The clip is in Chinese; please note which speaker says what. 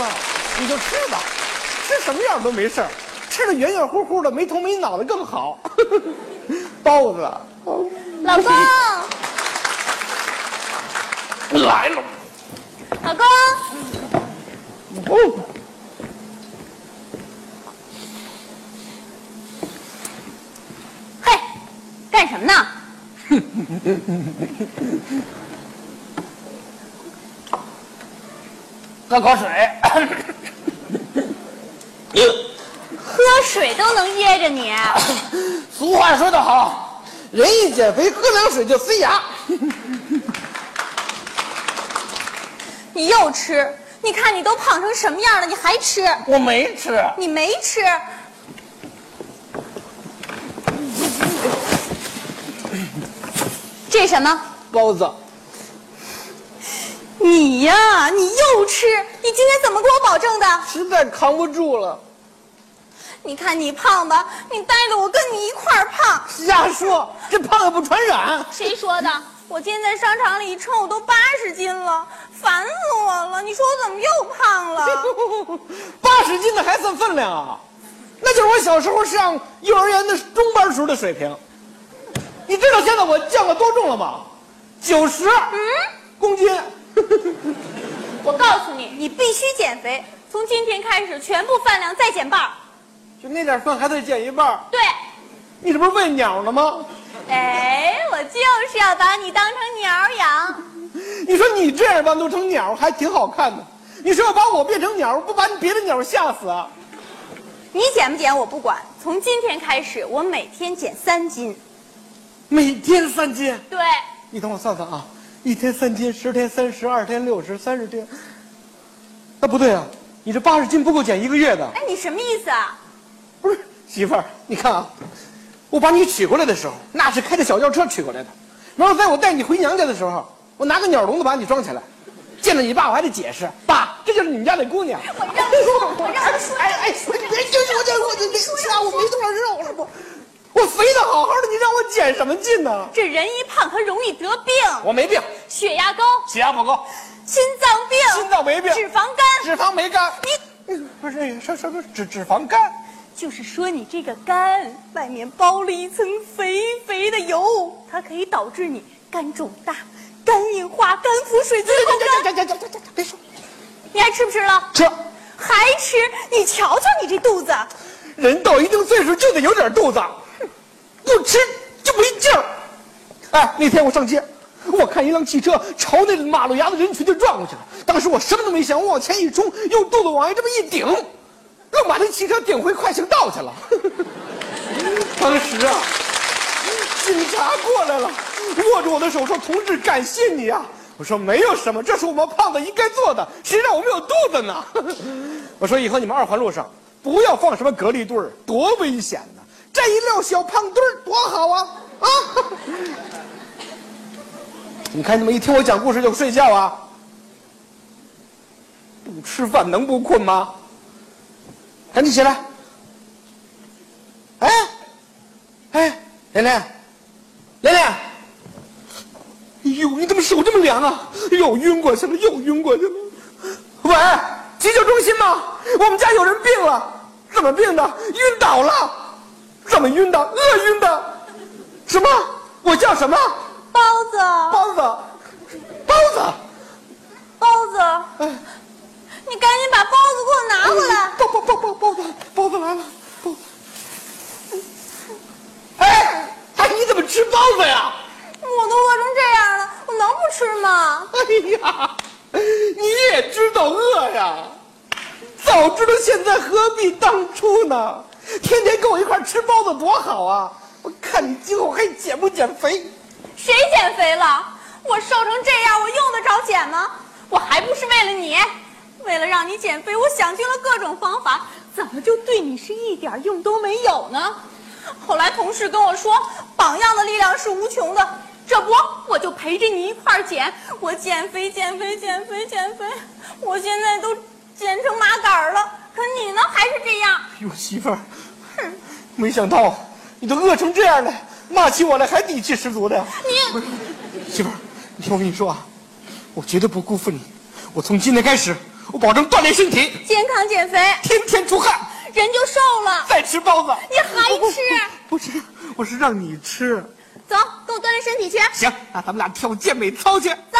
Speaker 1: 吗？你就吃吧，吃什么样都没事儿，吃的圆圆乎乎的，没头没脑的更好。 包子，
Speaker 2: 老公，
Speaker 1: 来了。
Speaker 2: 老公，
Speaker 1: 哦，
Speaker 2: 嘿，干什么呢？
Speaker 1: 喝口水。呃
Speaker 2: 喝水都能噎着你，
Speaker 1: 俗话说得好，人一减肥，喝凉水就塞牙。
Speaker 2: 你 又吃，你看你都胖成什么样了，你还吃？
Speaker 1: 我没吃，
Speaker 2: 你没吃，这是什么？
Speaker 1: 包子。
Speaker 2: 你呀、你又吃，你今天怎么给我保证的？
Speaker 1: 实在扛不住了，
Speaker 2: 你看你胖吧，你带着我跟你一块儿胖。
Speaker 1: 瞎说，这胖又不传染。
Speaker 2: 谁说的？我今天在商场里一称，我都八十斤了，烦死我了！你说我怎么又胖了？
Speaker 1: 八十斤的还算分量啊？那就是我小时候上幼儿园的中班时候的水平。你知道现在我降了多重了吗？九十
Speaker 2: 嗯，
Speaker 1: 公斤。
Speaker 2: 我告诉你，你必须减肥，从今天开始全部饭量再减半儿。
Speaker 1: 就那点饭还得减一半儿，
Speaker 2: 对，
Speaker 1: 你这不是喂鸟呢吗？
Speaker 2: 哎，我就是要把你当成鸟儿养。
Speaker 1: 你说你这样吧，弄成鸟还挺好看的。你说要把我变成鸟，不把你别的鸟吓死啊？
Speaker 2: 你减不减我不管，从今天开始我每天减三斤。
Speaker 1: 每天三斤，
Speaker 2: 对，哎
Speaker 1: 你等我算算啊，一天三斤，十天三十，二天六十，三十天。那不对啊，你这八十斤不够减一个月的。
Speaker 2: 哎，你什么意思啊？
Speaker 1: 不是媳妇儿，你看啊，我把你娶过来的时候，那是开着小轿车娶过来的。然后在我带你回娘家的时候，我拿个鸟笼子把你装起来。见了你爸，我还得解释，爸，这就是你们家那姑娘。
Speaker 2: 我让你说，我让你说。
Speaker 1: 哎哎，你别就是我这我这别吃啊，我没多少肉了，我我肥的好好的，你让我减什么劲呢？
Speaker 2: 这人一胖还容易得病，
Speaker 1: 我没病，
Speaker 2: 血压高、
Speaker 1: 血压不高，
Speaker 2: 心脏病、
Speaker 1: 心脏没病，
Speaker 2: 脂肪肝。
Speaker 1: 脂肪没肝。你不是那个什什么脂脂肪肝？
Speaker 2: 就是说你这个肝外面包了一层肥肥的油，它可以导致你肝肿大、肝硬化、肝腹水、最后肝。
Speaker 1: 这这这这这别说
Speaker 2: 你还吃不吃了？
Speaker 1: 这。
Speaker 2: 还吃？你瞧瞧你这肚子，
Speaker 1: 人到一定岁数就得有点肚子，哼不吃就没劲儿。哎，那天我上街，我看一辆汽车朝那马路牙子人群就撞过去了。当时我什么都没想，我往前一冲，用肚子往外这么一顶，愣把那汽车顶回快行道去了。 当时啊，警察过来了，握住我的手说：“同志，感谢你啊！”我说：“没有什么，这是我们胖子应该做的，谁让我们有肚子呢？” 我说：“以后你们二环路上不要放什么隔离墩儿，多危险呐、站一溜小胖墩儿多好啊！啊！ 你看你们一听我讲故事就睡觉啊，不吃饭能不困吗？赶紧起来！哎，哎，连连，连连，哎呦，你怎么手这么凉啊？哎呦，晕过去了，又晕过去了。喂，急救中心吗？我们家有人病了，怎么病的？晕倒了，怎么晕的？饿晕的，什么？我叫什么？
Speaker 2: 包子，
Speaker 1: 包子，包子，
Speaker 2: 包子，你赶紧把包子给我拿回来。
Speaker 1: 包包包包包子，包子来了，包。哎，哎，你怎么吃包子呀？
Speaker 2: 我都饿成这样了，我能不吃吗？
Speaker 1: 哎呀，你也知道饿呀！早知道现在何必当初呢？天天跟我一块儿吃包子多好啊！我看你今后还减不减肥？
Speaker 2: 谁减肥了？我瘦成这样，我用得着减吗？我还不是为了你，为了让你减肥，我想尽了各种方法，怎么就对你是一点用都没有呢？后来同事跟我说，榜样的力量是无穷的，这不我就陪着你一块儿减，我减肥减肥减肥减肥，我现在都减成麻杆儿了，可你呢还是这样。
Speaker 1: 哎呦，媳妇儿，没想到你都饿成这样了，骂起我来还底气十足的。
Speaker 2: 你
Speaker 1: 媳妇儿，你听我跟你说啊，我绝对不辜负你。我从今天开始，我保证锻炼身体，
Speaker 2: 健康减肥，
Speaker 1: 天天出汗，
Speaker 2: 人就瘦了。
Speaker 1: 再吃包子。
Speaker 2: 你还吃？
Speaker 1: 不吃，我是让你吃。
Speaker 2: 走，跟我锻炼身体去。
Speaker 1: 行，那咱们俩跳健美操去。
Speaker 2: 走。